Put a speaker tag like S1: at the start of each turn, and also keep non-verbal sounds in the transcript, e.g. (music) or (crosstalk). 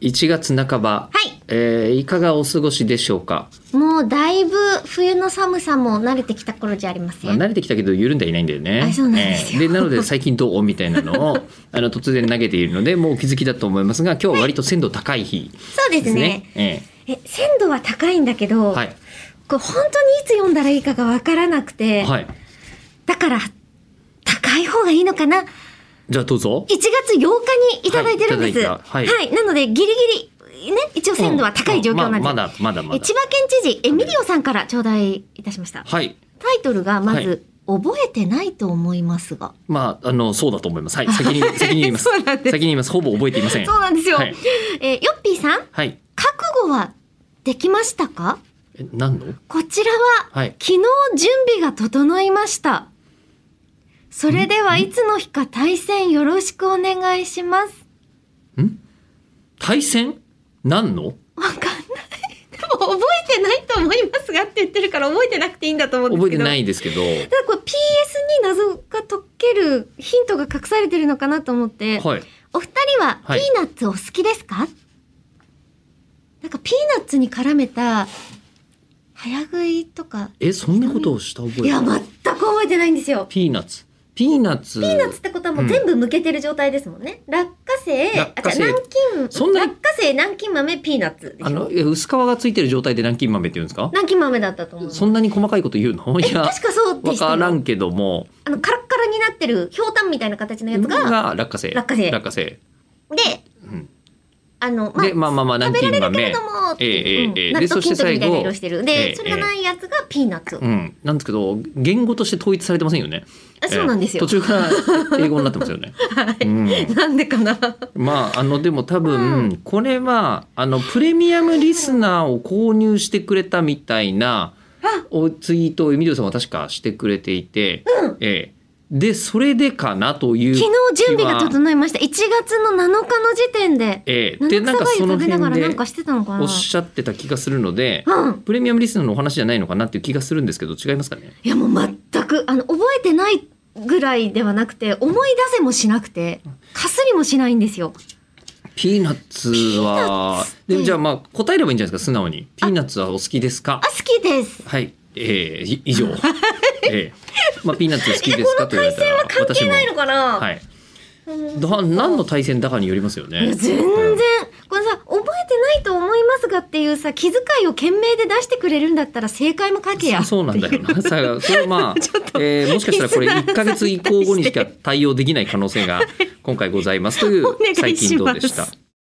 S1: 1月半ば、
S2: はい
S1: えーいかがお過ごしでしょうか、
S2: もうだいぶ冬の寒さも慣れてきた頃じゃありませ
S1: まあ
S2: ん。
S1: 慣れてきたけど緩んではいないんだよね。
S2: あそうなんですよ
S1: えーなので最近どうみたいなの
S2: (laughs)
S1: をあの突然投げているのでもうお気づきだと思いますが今日は割と鮮度高い日
S2: そうで
S1: ですす
S2: ね
S1: ね。。え
S2: え鮮度は高いんだけど、
S1: えはい
S2: こう本当にいつ読んだらいいかがわからなくて、
S1: はい
S2: だから高い方がいいのかな。1
S1: じゃあどうぞ。
S2: 月8日にいただいてるんです。
S1: はいい
S2: は
S1: ただい
S2: い。
S1: たはい
S2: なのでギリギリね一応鮮度は高い状況なんです。
S1: まあまだまだま
S2: え
S1: だ。
S2: 千葉県知事エミリオさんから頂戴いたしました。
S1: はい。
S2: タイトルがま
S1: は
S2: ず、覚えてないと思いますが。
S1: まああのそうだと思います。はい。
S2: (laughs)
S1: 先に先に言います。
S2: そうなんです
S1: 先に言います。ほぼ覚えていません。
S2: そうなんですよ。
S1: はい
S2: えーヨッピーさん、
S1: はい。
S2: 覚悟はできましたか
S1: え何の？
S2: こちらは、
S1: はい。
S2: 昨日準備が整いました。それではいつの日か対戦よろしくお願いします。
S1: 対戦？何の？
S2: わかんない。でも覚えてないと思いますがって言ってるから覚えてなくていいんだと思うんです
S1: 覚え
S2: け
S1: て
S2: ど。。
S1: ないいですけど。
S2: ただこう PS に謎が解けるヒントが隠されてるのかなと思って、
S1: はい。
S2: お二人はピ
S1: はい
S2: ーナッツお好きですか、なんかピーナッツに絡めた早食いとか、
S1: えそんなことをした覚え
S2: いや、
S1: が
S2: 全く覚えてないんですよ。
S1: ピーナッツ。ピーナッツ。
S2: ピーナッツってことはもう全部むけてる状態ですもんね。落花生、
S1: 落花生
S2: あ違う南京、
S1: そんなに
S2: 落花生、南京豆、ピーナッツで
S1: あ
S2: しょ。
S1: の、いや薄皮がついてる状態で南京豆って言うんですか
S2: 南京豆だったと思う。
S1: そんなに細かいこと言うのいや、わ
S2: 確かそうでしたよ。
S1: からんけども、
S2: あの、カラッカラになってる、ひょうたんみたいな形のやつが、
S1: が落花生。
S2: 落花生
S1: 落花生。
S2: で、
S1: うん
S2: あの、まあ
S1: で、、まあまあまあ、南
S2: 食べ
S1: 京
S2: られ
S1: 豆
S2: るけれど。も、っていう
S1: ええええええ
S2: うん納
S1: でそ
S2: 豆
S1: して
S2: 金時
S1: 最
S2: み
S1: 後
S2: たいな色してる。で、
S1: ええ
S2: それがないやつがピーナッツ。
S1: うん。なんですけど、言語として統一されてませんよね。
S2: あそうなんですよ
S1: ええ途中から英語になってます
S2: (laughs)
S1: よね。うん
S2: なんで
S1: (laughs)
S2: かな。
S1: まあ、あの、でも多
S2: う
S1: 分、これは、あの、プレミアムリスナーを購入してくれたみたいな、おツイートをエミリオさんは確かしてくれていて、
S2: うん
S1: ええで、それでかなという
S2: 昨日準備が整いました。1月の7日の時点で、
S1: ええ、でなん
S2: 七草
S1: か
S2: がゆ
S1: その
S2: 食べなが
S1: 辺
S2: らなん
S1: で
S2: かしてたのか
S1: お
S2: な
S1: っ。しゃってた気がするので、
S2: うん。
S1: プレミアムリスナーのお話じゃないのかなっていう気がするんですけど違いますかね
S2: いやもう全くあの覚えてないぐらいではなくて思い出せもしなくてかすりもしないんですよ。
S1: ピーナッツ
S2: ピーナ
S1: は
S2: ッツって
S1: でもじゃあまあ答えればいいんじゃないですか素直にピーナッツはお好きですか
S2: あ好きです。
S1: はいええい以
S2: (laughs)
S1: 上ええまあピーナッツ好きですかと言われたら
S2: 関係ないのかな。
S1: はい
S2: うん
S1: だ何の対戦だかによりますよ
S2: いや
S1: ね
S2: 全然このさ覚えてないと思いますがっていうさ気遣いを懸命で出してくれるんだったら正解も書けや。
S1: そそうなんだよ
S2: (laughs)
S1: なさあそれはまあ
S2: ちょっ、と
S1: ええもしかしたらこれ1か月以降後にしか対応できない可能性が今回ございますとい
S2: お
S1: う
S2: 願いします
S1: 最近どうでした